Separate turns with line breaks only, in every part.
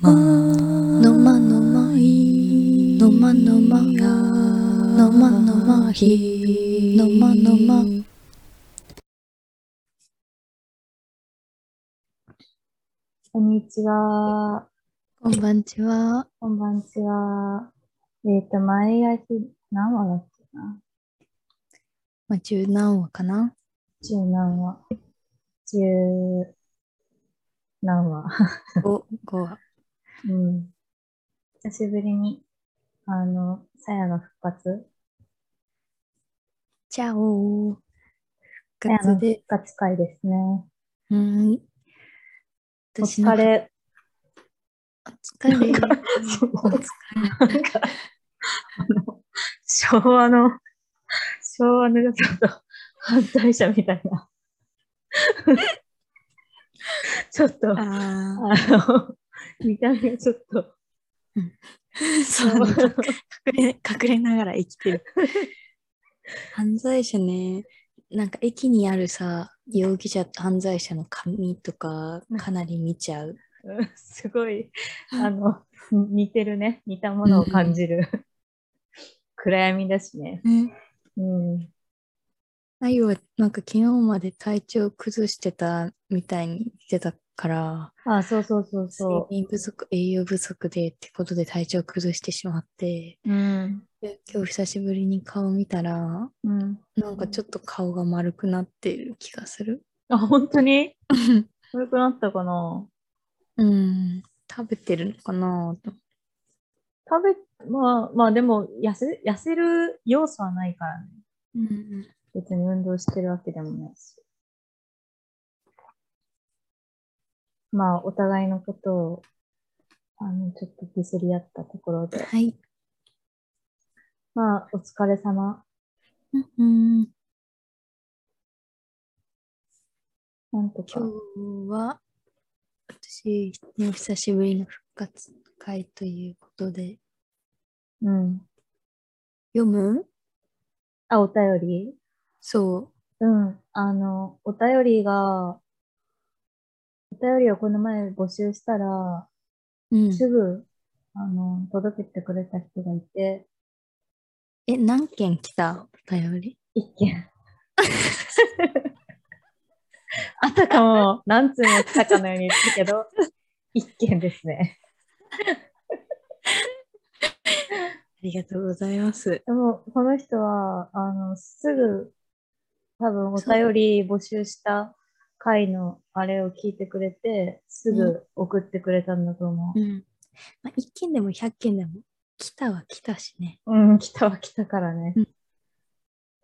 まのまのまいのまのまのまのまひのまのま
こんにちは。
こんばんちは
こんばんちは。えっ、と、前足何話だっけな
まあ十何話かな
十何話。十何話。
五五話
うん。久しぶりに、あの、さやが復活
チャオ
さや
復
の
活で
復活会ですね。
うーん
お
私の
疲れ。
お疲れ
なんかそう
お疲れ
なんか、 あの、昭和の、昭和のちょっと反対者みたいな。 ちょっと、あ
あ
の、見た目がちょっと、
ーそうな んか隠れ隠れながら生きてる犯罪者ねなんか駅にあるさ容疑者と犯罪者の紙とかかなり見ちゃう
うんすごい、あの、似てるね。似たものを感じる。暗闇だしね。
ね
うん。
あゆはなんか昨日まで体調崩してたみたいに言ってたから、
あ、そうそうそう
睡
そ
眠不足、栄養不足でってことで体調崩してしまって、
う。うん。
で今日久しぶりに顔見たら、
うん。
なんかちょっと顔が丸くなってる気がす る。
あ、本当に悪くなったかな
うん、食べてるのかなと。
食べ、まあ、まあでも痩せ、痩せる要素はないからね。
うん、
別に運動してるわけでもないし。まあ、お互いのことを、あの、ちょっとディスり合ったところで。
はい。
まあ、お疲れ様。
うん、
なんとか
今。日は、私の久しぶりの復活会ということで、
うん。
読む
あ、お便り
そ
うん。あの、お便りが、お便りをこの前募集したら、
う。うん、
すぐ、あの、届けてくれた人がいて、
え、何件来たお便り
一件。あたかも何通も来たかのように言ったけど、一件ですね。
ありがとうございます。
でも、この人は、あの、すぐ、多分お便り募集した回のあれを聞いてくれて、すぐ送ってくれたんだと思う
う。ん。まあ、1件でも100件でも来たは来たしね。
うん、来たは来たからね
うん。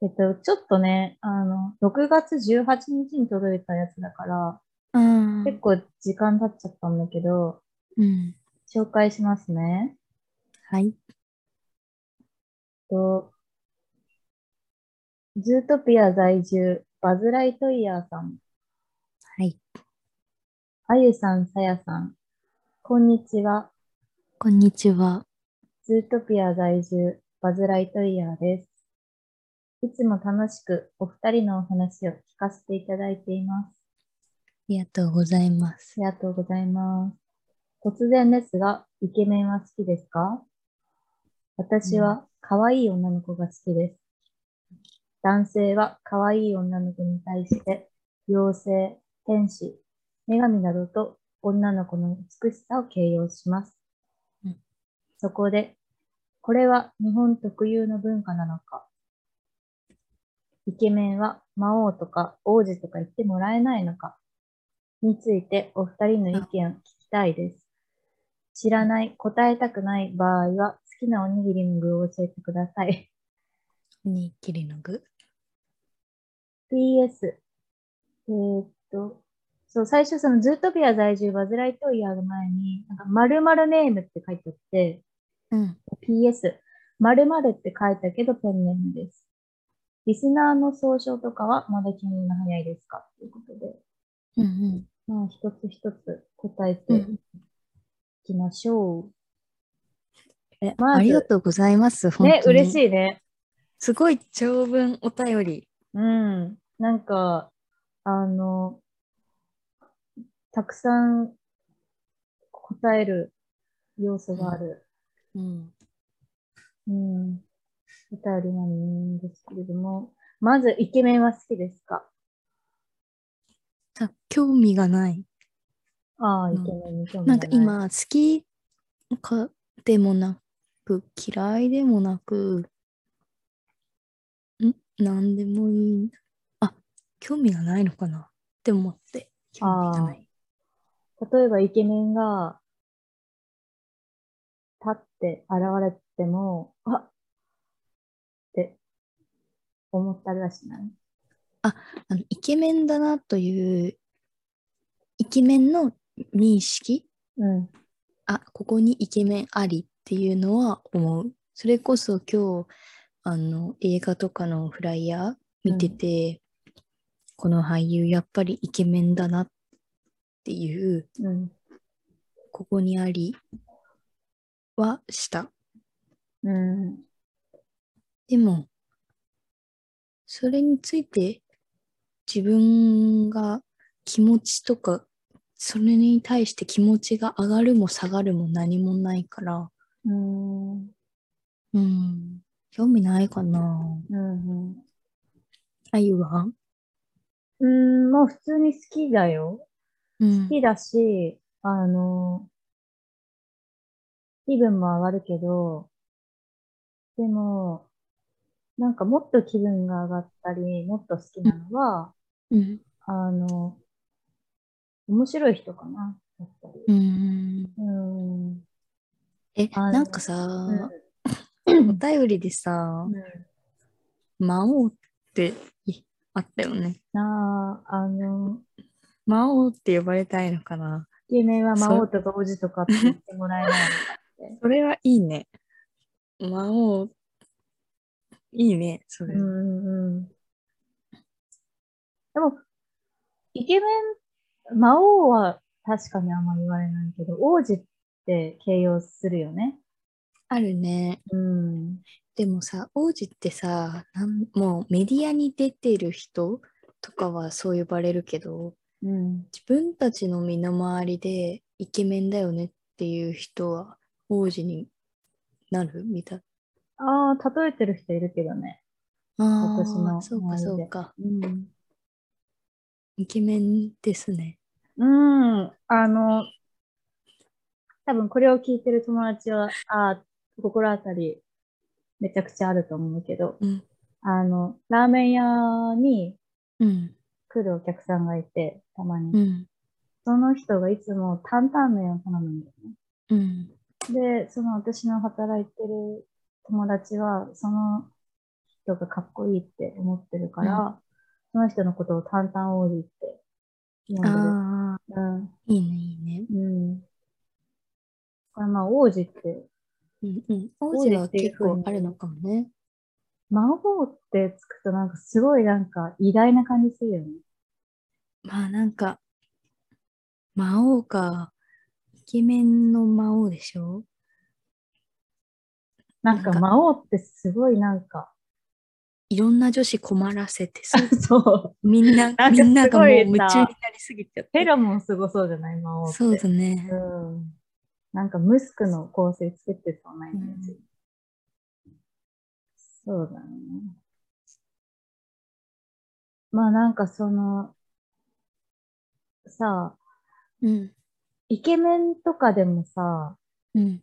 えっと、ちょっとね、あの、6月18日に届いたやつだから、
うん
結構時間経っちゃったんだけど、
うん。
紹介しますね。
はい。
と、ズートピア在住、バズライトイヤーさん、
はい。
あゆさん、さやさん、こんにちは。
こんにちは。
ズートピア在住、バズライトイヤーです。いつも楽しくお二人のお話を聞かせていただいています。
ありがとうございま
あ
す。
りがとうございます。突然ですが、イケメンは好きですか私は可愛い女の子が好きです。男性は可愛い女の子に対して、妖精、天使、女神などと女の子の美しさを形容します。
うん
そこで、これは日本特有の文化なのかイケメンは魔王とか王子とか言ってもらえないのかについてお二人の意見を聞きたいです。知らない、答えたくない場合は好きなおにぎりの具を教えてください。
おにぎりの具。
PS、えーっと、そう、最初そのズートピア在住バズライトイヤーの前に、なんか〇〇ネームって書いてあって、
うん。
PS、〇〇って書いたけどペンネームです。リスナーの総称とかはまだ記入が早いですかということで、
うん
まあ一つ一つ答え
う
てい
ん。
きましょう。え、
ありがとうございます。本当に
ね、嬉し。いね。
すごい長文お便り。
うん。なんか、あの、たくさん答える要素がある、
うん。
うん、お便りなんですけれども、まずイケメンは好きですか
た興味がない。
ああ、
う
イ
ん
ケメンに興味
な
が
んか
ない。
今、好きかでもなく、嫌いでもなく、んなんでもいい。あ、興味がないのかなって思って、興味がない。
例えばイケメンが立って現れても、あっって思ったりはしない
あのイケメンだなという、イケメンの認識
うん。
あここにイケメンありっていうのは思う。それこそ今日あの映画とかのフライヤー見てて、この俳優やっぱりイケメンだなっていう
うん。
ここにありはした。
うん。
でもそれについて自分が気持ちとかそれに対して気持ちが上がるも下がるも何もないから、
うん。うん
うん。興味ないかな。
うん。
あゆは
うん、もう普通に好きだよ。
うん
好きだし、あの、気分も上がるけど、でも、なんかもっと気分が上がったり、もっと好きなのは、
うん。
あの、面白い人かな、やっぱり。
うん。
うん。うん。
え、
あの
なんかさ、お便りでさ、魔王っていあったよね。
なあ、あの、
魔王って呼ばれたいのかな。
イケメンは魔王とか王子とかって言ってもらえないのかって。
それはいいね。魔王、いいね、それ。
うんうん。でも、イケメン、魔王は確かにあんま言われないけど、王子って形容するよね。
あるね。
うん。
でもさ、王子ってさ、なんもうメディアに出てる人とかはそう呼ばれるけど、
うん。
自分たちの身の回りでイケメンだよねっていう人は王子になるみたい
ああ、例えてる人いるけどね。
な。
私の
そう
周
か
りで
そうか。
うん。
イケメンですね。
うん、あの、多分これを聞いてる友達は、あー心当たりめちゃくちゃあると思うけど、
うん
あの、ラーメン屋に
うん。
来るお客さんがいて、たまに。
うん。
その人がいつも担々麺を頼むんだよ
うん。
ね。で、その私の働いてる友達は、その人がかっこいいって思ってるから、
う
その人のことを担々王子って呼んでる。
ああ、
うん
いいねいいね。
うん。これまあ、王子って、
うんうん。王
王
子
子
は
っていう
結構あるのかもね。
魔王ってつくとなんかすごいなんか偉大な感じするよね。
まあなんか、魔王か、イケメンの魔王でしょ
なんか
なんか
魔王ってすごいなんか、
いろんな女子困らせて さ、
そう。
みんな、
か
みんながもう
すごい
夢中
さ
になりすぎちゃって。
ヘラモンすごそうじゃない魔王って。
そうだね。
うん。なんかムスクの香水作ってそうなイメージ。そうだね。まあなんかその、さあ、
うん。
イケメンとかでもさ、
うん。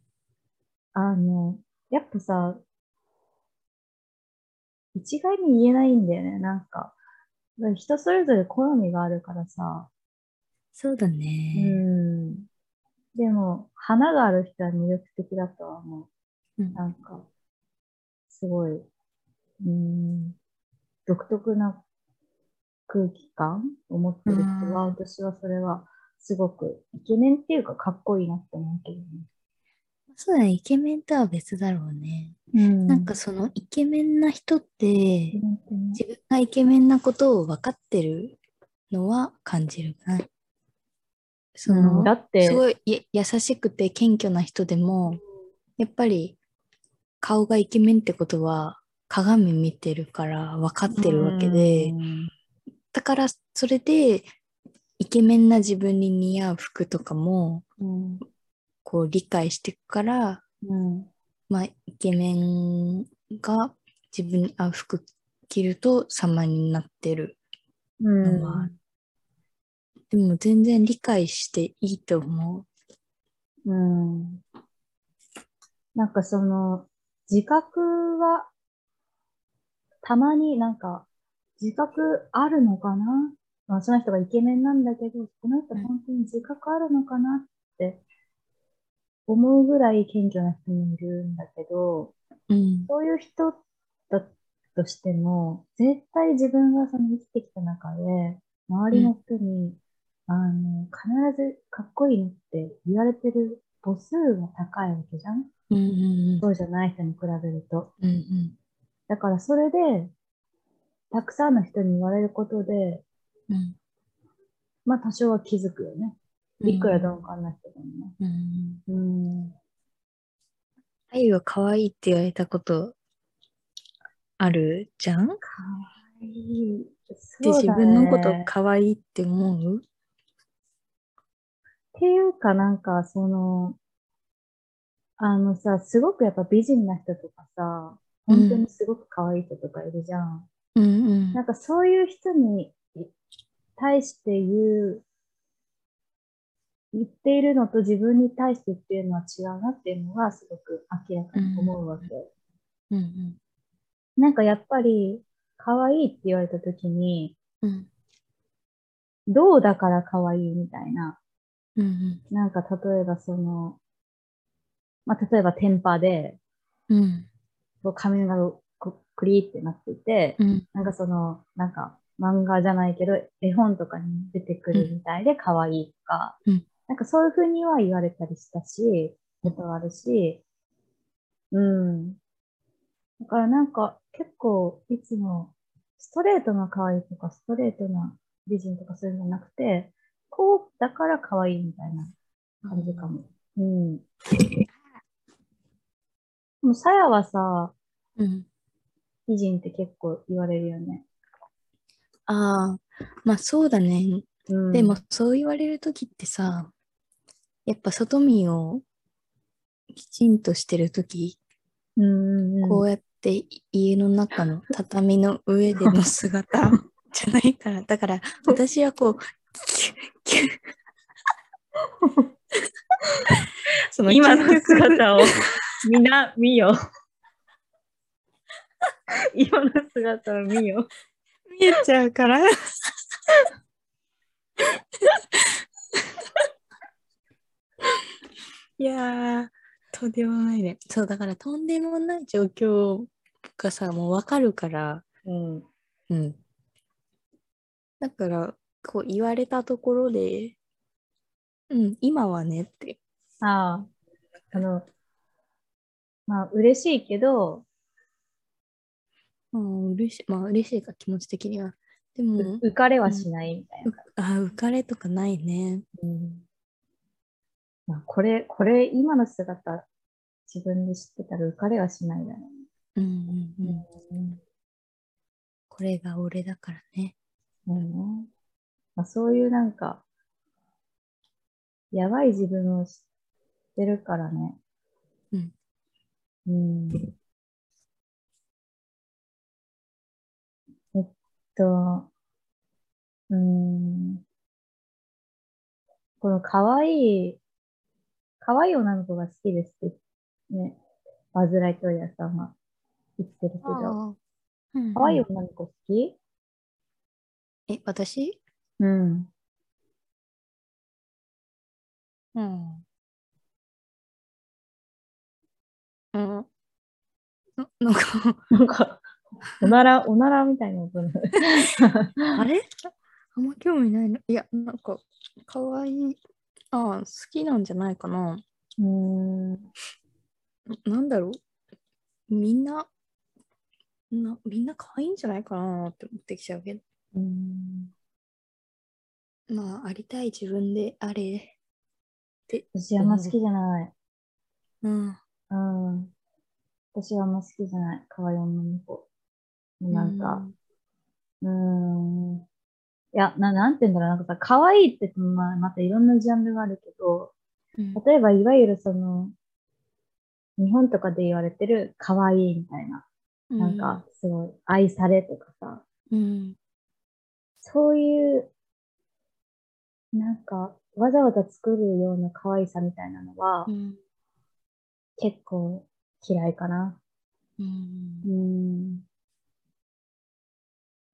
あの、やっぱさ、一概に言えないんだよね、なんか。人それぞれ好みがあるからさ。
そうだ
う
ね。
ん。でも、花がある人は魅力的だとは思
う
う。
ん
なんか、すごい、うん、独特な空気感を持ってる人は、
うん
私はそれは、すごく、イケメンっていうかかっこいいなって思うけどね。
そうだね。イケメンとは別だろうね。
うん
なんか、そのイケメンな人って
イケ、メンってね
自分がイケメンなことを分かってるのは感じるかな。その、
うんだって、
すごいや優しくて謙虚な人でも、やっぱり顔がイケメンってことは鏡見てるから分かってるわけで、
うん
だからそれでイケメンな自分に似合う服とかも、
うん
ここう理解していくから、
うん。
まあ、イケメンが自分に合う服着ると様になってるのは、
う
でも全然理解していいと思
ん。うん。なんかその、自覚は、たまになんか、自覚あるのかなまあ、その人がイケメンなんだけど、この人
うん
本当に自覚あるのかなって思うぐらい謙虚な人もいるんだけど、
う。うん。
そういう人だとしても、絶対自分がその生きてきた中で、周りの人に、あの、必ずかっこいいねって言われてる母数が高いわけじゃん
うんうん
そうじゃない人に比べると。
うん。うん
だからそれで、たくさんの人に言われることで、
うん
まあ多少は気づくよね。
うん。
いくら鈍感な人でもね。
うんうん。
うん。
あゆは可愛いって言われたことあるじゃん
かわいい。
で、
そう
自
だね
分のこと可愛いって思う
っていうかなんか、その、あのさ、すごくやっぱ美人な人とかさ、
うん
本当にすごく可愛い人とかいるじゃん。
うんうん
なんかそういう人に対して言う、言っているのと自分に対して言っているのは違うなっていうのがすごく明らかに思うわけ。
うん
なんかやっぱり、可愛いって言われた時に、
うん
どうだから可愛いみたいな。
うんうん
なんか例えばその、まあ、例えばテンパで、
うん
こう髪がこうクリーってなってて、
うん
なんかその、なんか漫画じゃないけど、絵本とかに出てくるみたいで可愛いとか、
うん
なんかそういう風には言われたりしたし、ことはあるし、うん。だからなんか結構いつもストレートな可愛いとかストレートな美人とかそういうのじゃなくて、こうだから可愛いみたいな感じかも。うん。でもうさやはさ、
うん
美人って結構言われるよね。
ああまあそうだね、
うん、
でも、そう言われる時ってさやっぱ外見をきちんとしてる時、
うんうんうん、
こうやって家の中の畳の上で の姿じゃないからだから私はこうキュッキュ ッその
今の
究極
姿を みな見よ。 今の姿を見よ。
見えちゃうから。いやー、とんでもないね。そう、だからとんでもない状況がさ、もうわかるから、
うん。
うん。だから、こう言われたところで、うん、今はねって。
ああ。あの、まあ、嬉しいけど、
うん、嬉しい、まあ嬉しいか、気持ち的には。でも、
う浮かれはしないみたいな。
うあー浮かれとかないね。
うんまあ、これ、これ、今の姿、自分で知ってたら浮かれはしないだろ
うんうんうん。
うね。
これが俺だからね。
うんまあ、そういうなんか、やばい自分を知ってるからね。
うん。
うん。えっと、うん。この可愛い、可愛い女の子が好きですって、ね、バズ・ライトイヤーさんは言ってるけど、
うん
可愛い女の子好き
え、私
うん。
うん。うん。ななんか、
なんか、おなら、おならみたいな音 になる
あれあんま興味ないの。いや、なんか、かわいい。ああ、好きなんじゃないかな。
うーん。
ななんだろう。みんな、なみんな可愛いんじゃないかなって思ってきちゃうけど。
うーん
まあ、ありたい自分であれ。
私はあんま好きじゃない。
うん。
うん。私はあんま好きじゃない。可愛い女の子。なんか、うーん。いや、ななんて言うんだろう。なんかさ、可愛いって、まあ、またいろんなジャンルがあるけど、
うん
例えば、いわゆるその、日本とかで言われてる可愛いみたいな、なんか、すごい愛されとかさ、
うん
そういう、なんか、わざわざ作るような可愛さみたいなのは
う、ん
結構嫌いかな。
うん
うん。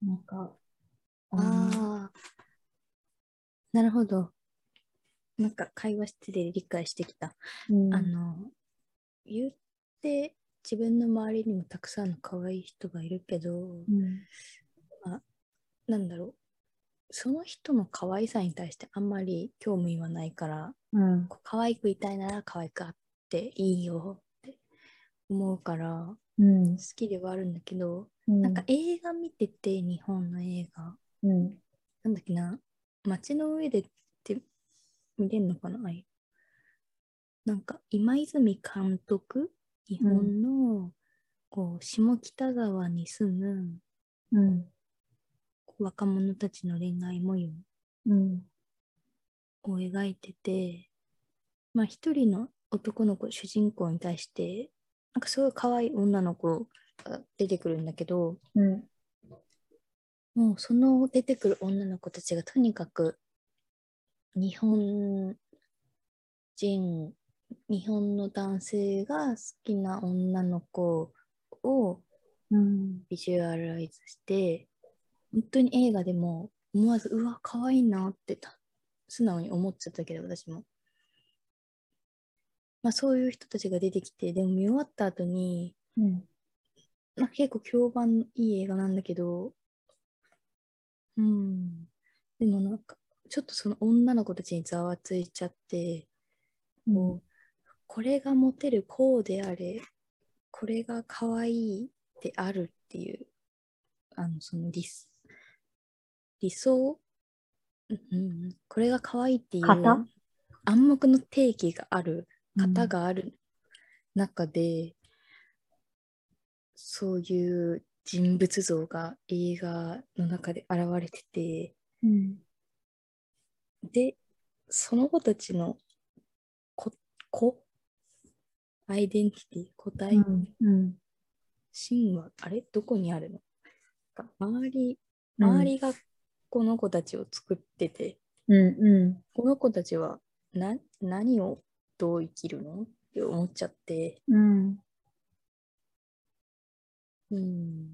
なんか、の
ああなるほどなんか会話してて理解してきた、
うん
あの言って自分の周りにもたくさんの可愛い人がいるけど、
うん
なんだろうその人の可愛さに対してあんまり興味はないから
うん。
こう可愛くいたいなら可愛くあっていいよって思うから
うん
好。きではあるんだけど、
うん
なんか、映画見てて日本の映画
うん。
なんだっけな街の上でって見れるのかなああいうなんか今泉監督日本の、こう下北沢に住む
うん。
若者たちの恋愛模様
うん。
を描いてて、まあ、一人の男の子主人公に対してなんかすごい可愛い女の子が出てくるんだけど
うん。
もうその出てくる女の子たちがとにかく日本人日本の男性が好きな女の子を
うん。
ビジュアライズして本当に映画でも思わずうわ可愛いなってた素直に思っちゃったけど私も、まあ、そういう人たちが出てきてでも見終わった後に
うん。
なんか結構評判のいい映画なんだけどうんでもなんかちょっとその女の子たちにざわついちゃって
うん。
これがモテるこうであれこれが可愛いであるっていうあのその理す理想、うんうん、これが可愛いっていう
型
暗黙の定義がある型
型が。
がある中で、そういう人物像が映画の中で現れてて
うん。
でその子たちのこ子アイデンティティ個体、
うん。
神話あれどこにあるのなんか周り周。りがこの子たちを作ってて、
うん。う
この子たちはな何をどう生きるのって思っちゃって、
ん。うん。
うん、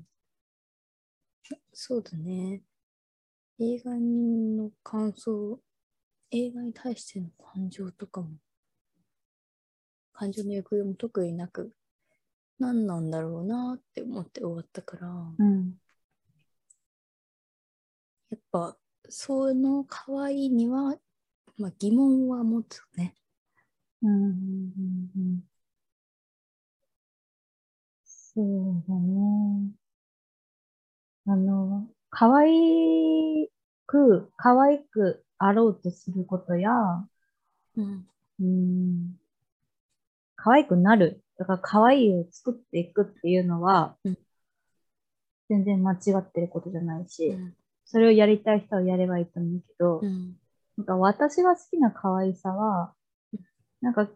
そうだね映画の感想映画に対しての感情とかも感情の抑揚も特になく何なんだろうなって思って終わったから、
うん。
やっぱその可愛いには、まあ、疑問は持つね。
うん。そうだね。あの、可愛く、可愛くあろうとすることや、
うん
うん。可愛くなる。だから可愛いを作っていくっていうのは
うん、
全然間違ってることじゃないし、
うん
それをやりたい人はやればいいと思うけど、
うん
なんか私が好きな可愛さは
うん、
なんか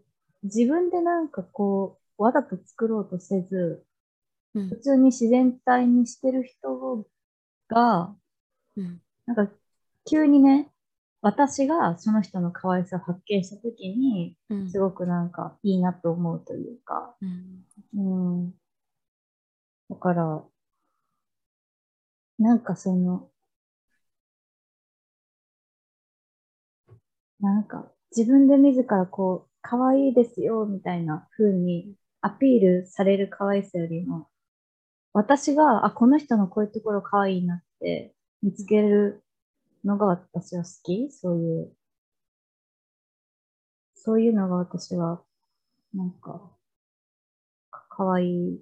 自分でなんかこう、わざと作ろうとせず、
うん
普通に自然体にしてる人が、
うん
なんか急にね、私がその人の可愛さを発見したときに、
うん
すごくなんかいいなと思うというか、
うん
うん。だから、なんかその、なんか自分で自らこう、可愛いですよみたいな風にアピールされる可愛さよりも、私が、あ、この人のこういうところ可愛いなって見つけるのが私は好きそういう、そういうのが私は、なんか、かわいい、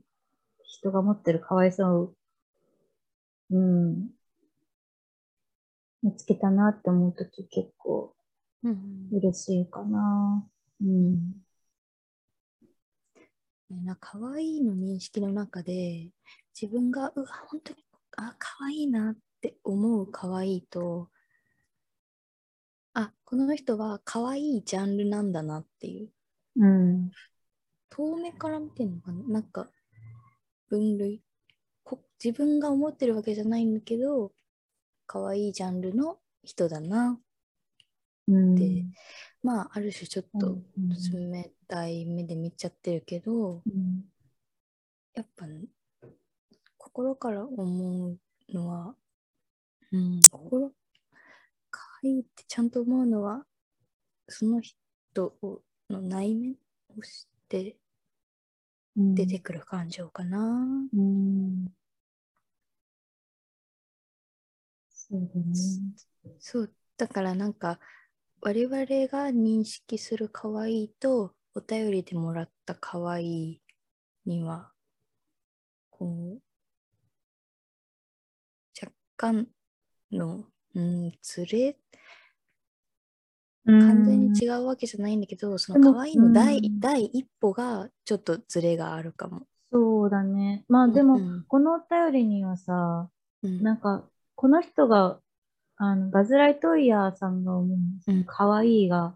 人が持ってる可愛さを、うん、見つけたなって思うとき結構
うん
嬉しいかな。うん。
なんか可愛いの認識の中で自分がうわ本当にあ可愛いなって思う可愛いとあ、この人は可愛いジャンルなんだなっていう。
うん。
遠目から見てんのかななんか、分類こ。自分が思ってるわけじゃないんだけど、可愛いジャンルの人だな。
うん。
でまあ、ある種ちょっ
う
と
んうん
冷たい目で見ちゃってるけど、
うん
やっぱ、心から思うのは、うん、心、可愛いってちゃんと思うのは、その人をの内面を知って
うん
出てくる感情かな。
うん。そうだね。
そう、だからなんか、我々が認識する可愛いと、お便りでもらった可愛いには、こう、若干の、うん、ずれ、完全に違うわけじゃないんだけど、そ
で
の
も
可愛いの第,、
うん
第一歩が、ちょっとずれがあるかも。
そうだね。まあでも、
うん
このお便りにはさ、
うん
なんか、この人が、あの、バズ・ライトイヤーさんが思う、
うん
可愛いが、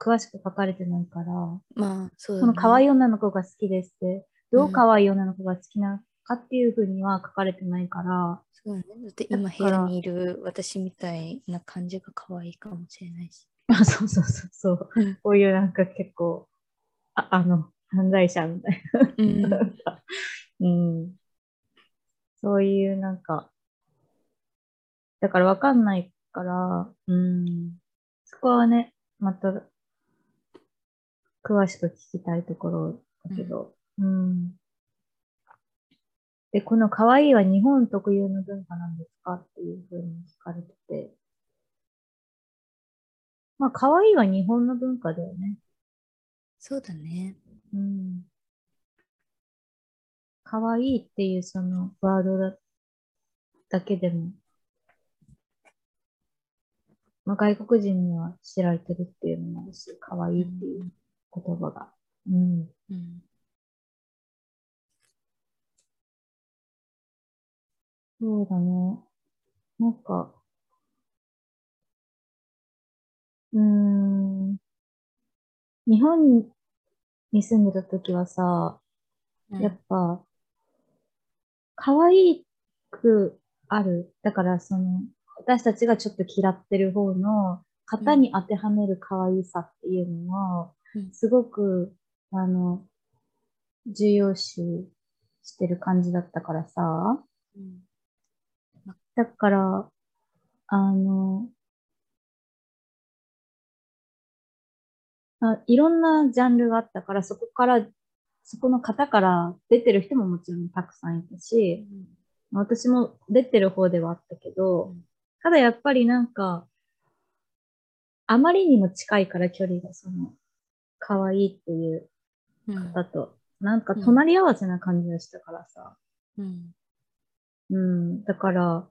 詳しく書かれてないから、
まあ、そうだね
その可愛い女の子が好きですって、どううん可愛い女の子が好きなのかっていうふうには書かれてないから、
そうだね。だって今
だ
部
から
屋にいる私みたいな感じが可愛いかもしれないし。
あそうそうそうそう
うん。
こういうなんか結構、ああの、犯罪者みたい
うん
な。うん。そういうなんか、だからわかんないから、うん。そこはね、また、詳しく聞きたいところだけど、うん。で、この可愛いは日本特有の文化なんですかっていうふうに聞かれてて。まあ、可愛いは日本の文化だよね。
そうだね。
うん。可愛いっていうそのワードだだけでも、まあ、外国人には知られてるっていうのもあるし、可愛いっていう言葉が。うん。
うん。
そうだね。なんか、うーん。日本に住んでた時はさ、
うん
やっぱ、可愛くある。だから、その、私たちがちょっと嫌ってる方の型に当てはめる可愛さっていうのは、
うん
すごく、あの、重要視してる感じだったからさ、
うん
だから、あの、あいろんなジャンルがあったから、そこから、そこの型から出てる人ももちろんたくさんいたし、まあ私も出てる方ではあったけど、
うん
ただやっぱりなんか、あまりにも近いから距離が、その、可愛いっていう
うん
方と、なんか隣り合わせな感じがしたからさ、
うん
うん、だから、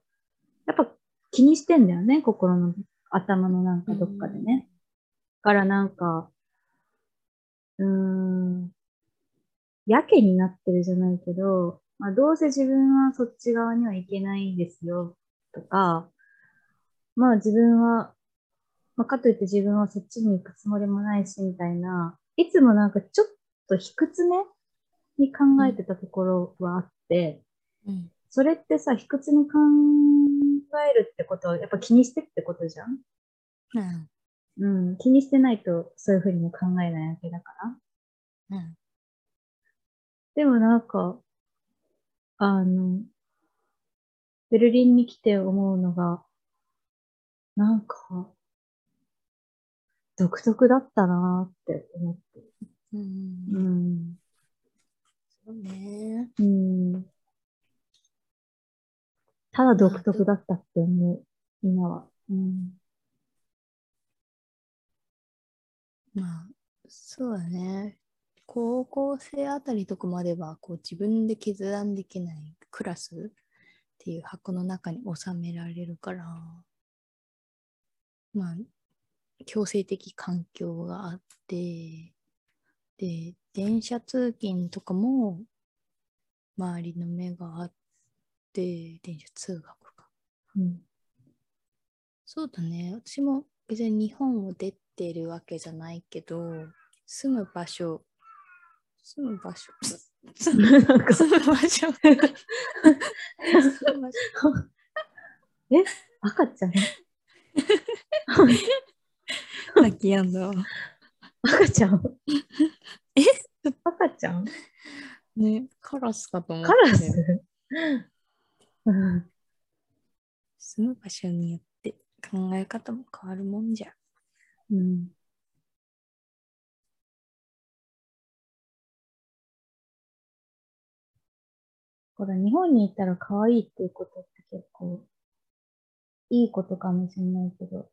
やっぱ気にしてんだよね、心の、頭のなんかどっかでね。だからなんか、うーん、やけになってるじゃないけど、まあ、どうせ自分はそっち側にはいけないんですよ、とか、まあ自分は、まあ、かといって自分はそっちに行くつもりもないし、みたいな、いつもなんかちょっと卑屈めに考えてたところはあって、
うん
それってさ、卑屈に考えるってことは、やっぱ気にしてってことじゃん
うん
うん。気にしてないと、そういうふうにも考えないわけだから。
うん
でもなんか、あの、ベルリンに来て思うのが、なんか、独特だったなーって思って。
うん
うん。
そうね。
うん。ただ独特だったって思う、今は。うん。
まあ、そうだね。高校生あたりとかまでは、こう自分で決断できないクラスっていう箱の中に収められるから、まあ、強制的環境があって、で、電車通勤とかも、周りの目があって、電車通学か。
うん。
そうだね。私も別に日本を出てるわけじゃないけど、住む場所、住む場所、 住む
なんか
住む場所、住む場所
赤ちゃん
泣きやんだ。
赤ちゃん
え
赤ちゃん
ね、カラスかと思っ
カ
て。
ラス、うん、
住む場所によって考え方も変わるもんじゃ。
うん。ほら、日本にいたら可愛いっていうことって結構、いいことかもしれないけど、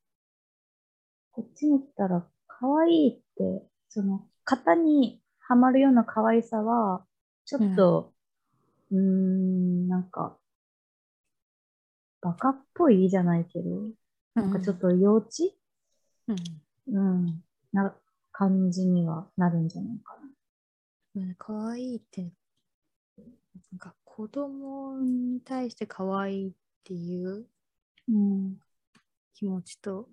こっちに来たら可愛いって、その、型にはまるような可愛さは、ちょっと、うーん、なんか、バカっぽいじゃないけど、なんかちょっと幼稚、
うん、
うん、な感じにはなるんじゃないか
うん。かわいいって、なんか子供に対してかわいいっていう
な。うん、
気持ちと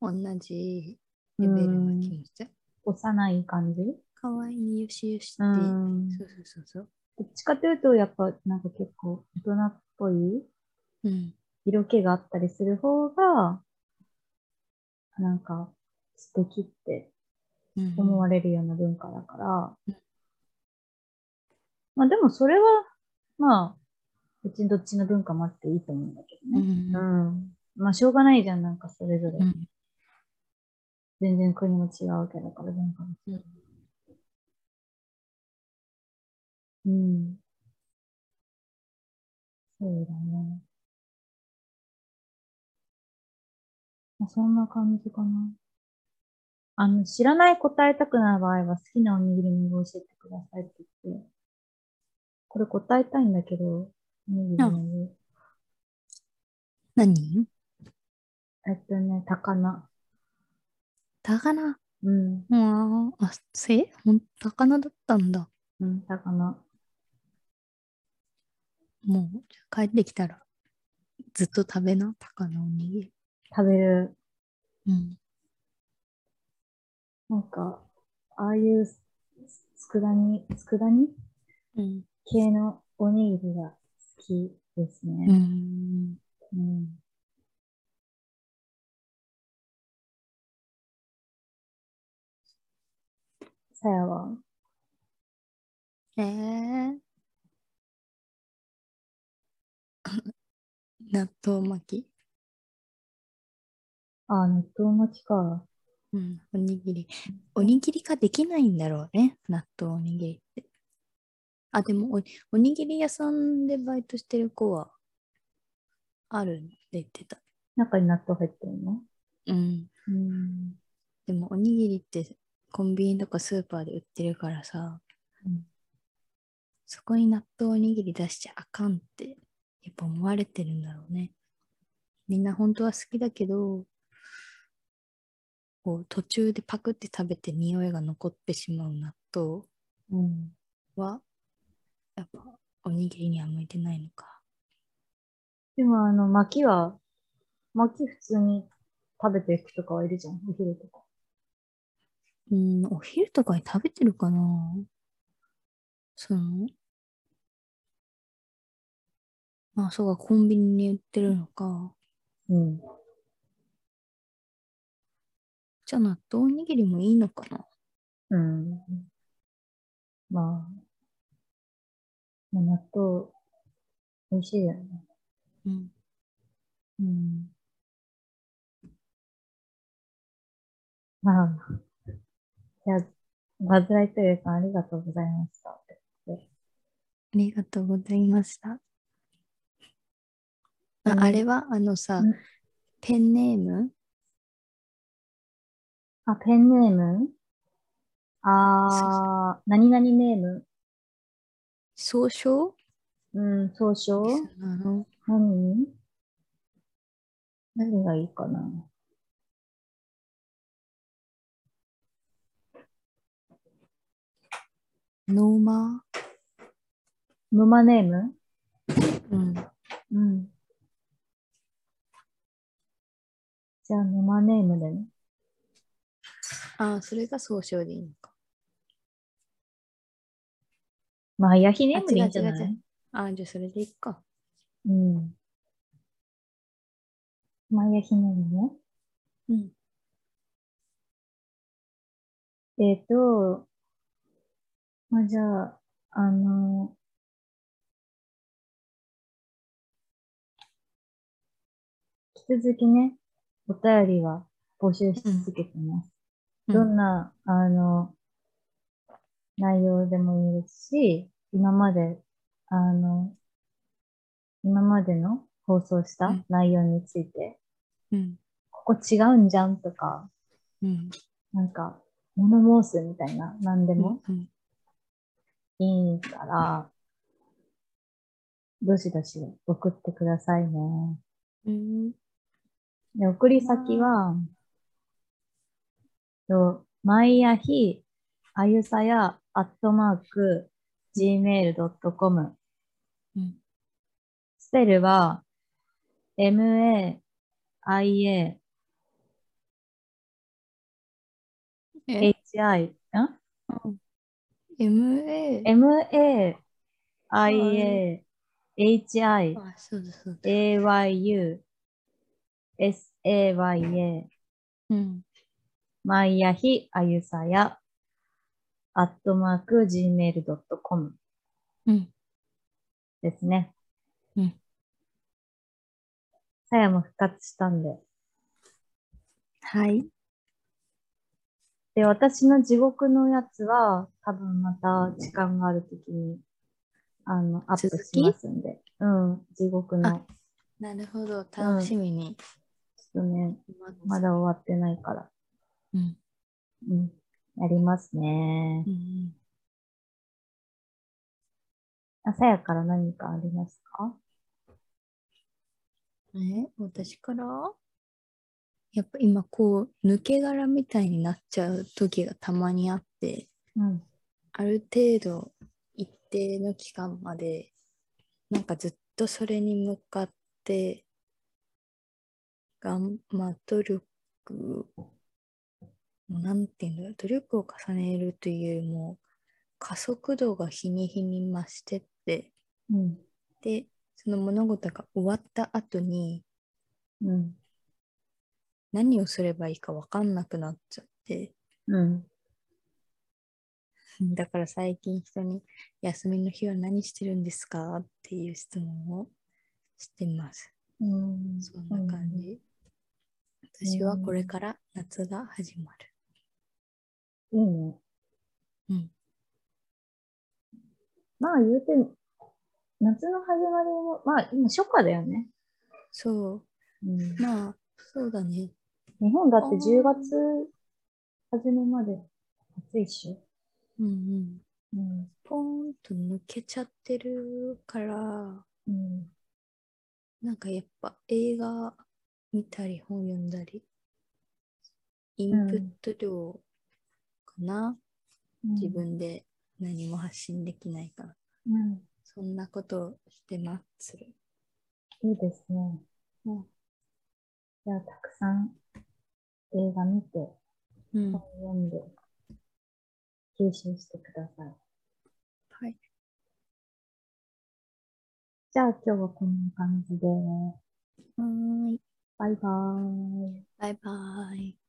同じレベルの気持ちだ。
幼い感じ。
かわいいよしよしって、
うん
そうそうそうそう。
どっちかというと、やっぱなんか結構大人っぽい
うん、
色気があったりする方が、なんか素敵って
うん
思われるような文化だから
うん。
まあでもそれは、まあ、うちどっちの文化もあっていいと思うんだけど
う
ね。
ん
うん。まあしょうがないじゃん、なんかそれぞれ
う。ん
全然国も違うわけだから、文化も。
うん
うん。そうだね。まあ、そんな感じかな。あの、知らない答えたくない場合は好きなおにぎりの具を教えてくださいって言って、これ答えたいんだけど、おにぎりの具。
何
えっとね、高菜。
高菜。
うん、
うん、あ、せほん高菜だったんだ。
うん、高菜。
もう、じゃあ帰ってきたら、ずっと食べな、高菜おにぎり。
食べる。
うん。
なんか、ああいうす、す佃煮、佃煮
うん。
系のおにぎりが好きですね。
うん。
うんさやは、
えー、 納豆巻き。
あ、納豆巻きか。
うん。おにぎり。おにぎり化できないんだろうね。納豆おにぎりって。あ、でもお、おにぎり屋さんでバイトしてる子は、あるって言ってた。
中に納豆入ってるの
うん。
うん。
でもおにぎりってコンビニとかスーパーで売ってるからさ、
うん
そこに納豆おにぎり出しちゃあかんってやっぱ思われてるんだろうね。みんな本当は好きだけど、こう途中でパクって食べて匂いが残ってしまう納豆
うん。
は、やっぱおにぎりには向いてないのか。
でも、あの、巻きは、巻き普通に食べていく人とかはいるじゃん、お昼とか。
うん、お昼とかに食べてるかなその、まあそうか、コンビニに売ってるのか。
うん。
じゃあ納豆おにぎりもいいのかな
うん。まあ、まあ、納豆、美味しいよね。
うん。
うんまあ、じゃあ、バズライトリーさんありがとうございました。
ありがとうございました。あ
うん
あれは、あのさ
うん、
ペンネーム
あ、ペンネームあー、何々ネーム
総称
うん、総称
リスナーの
何何がいいかな
ノーマ
ムマネーム
ーうん。
うん。じゃあ、生ネームでね。
ああ、それが総称でいいのか。
まあ、ヤヒネームでいいんじゃ
あ
な
違う違う違
いう
ああ、じゃあそれでいいか。
うん。まあ、ヤヒネーム
うん。
ね。えっ、と、まあ、じゃあ、あの、引き続きね、お便りは募集し続けてます。どんな、あの、内容でもいいですし、今まで、あの、今までの放送し
う
た
ん
内容について、
うん。
ここ違うんじゃんとか、
うん。
なんか、物申すみたいな、なんでも
うん。
いいから、どしどし送ってくださいね。
うん。
で、送り先は、と、毎夜日、あゆさや、アットマーク、gmail.com。
うん。
スペルは、m-a-i-a-h-i、
え、
ん
MA。
?m-a-i-a-h-i、
あ、そうだそうだ。
a-y-u、s-a-y-a。
うん。
毎夜日あゆさや、アットマーク、gmail.com
うん。
ですね。
うん。
さやも復活したんで。
はい。
で、私の地獄のやつは、多分また時間があるときに、あの、アップ
続
し
き
ますんで。うん、地獄の。ちょ
あなるほど。楽しみに。
っとね、まだ終わってないから。
うん。
うん。やりますね
う。ん。
あさやから何かありますか
え、私からやっぱ今こう、抜け殻みたいになっちゃう時がたまにあって、
うん。
ある程度一定の期間までなんかずっとそれに向かって頑まあ努力をなんていうんだろう努力を重ねるというよりも加速度が日に日に増してって
うん。
でその物事が終わった後に
うん。
何をすればいいか分かんなくなっちゃって
うん。
だから最近人に休みの日は何してるんですかっていう質問をしてます。
うん
そんな感。じ。私はこれから夏が始まる。
いいね。
うん。
まあ言うて、夏の始まりも、まあ今初夏だよね。
そ
うん、
う。まあ、そうだね。
日本だって10月初めまで暑いっしょ。
うんうん。
うん。
ポーンと抜けちゃってるから、
うん。
なんかやっぱ映画見たり本読んだり、インプット量かな。自。分で何も発信できないから。
うん。
そんなことをしてまする。
いいですね。
うん
じゃあたくさん映画見て、
うん
本読んで、吸収してください。
はい。
じゃあ今日はこんな感じで、
はーい。
バイバーイ。
バイバイ。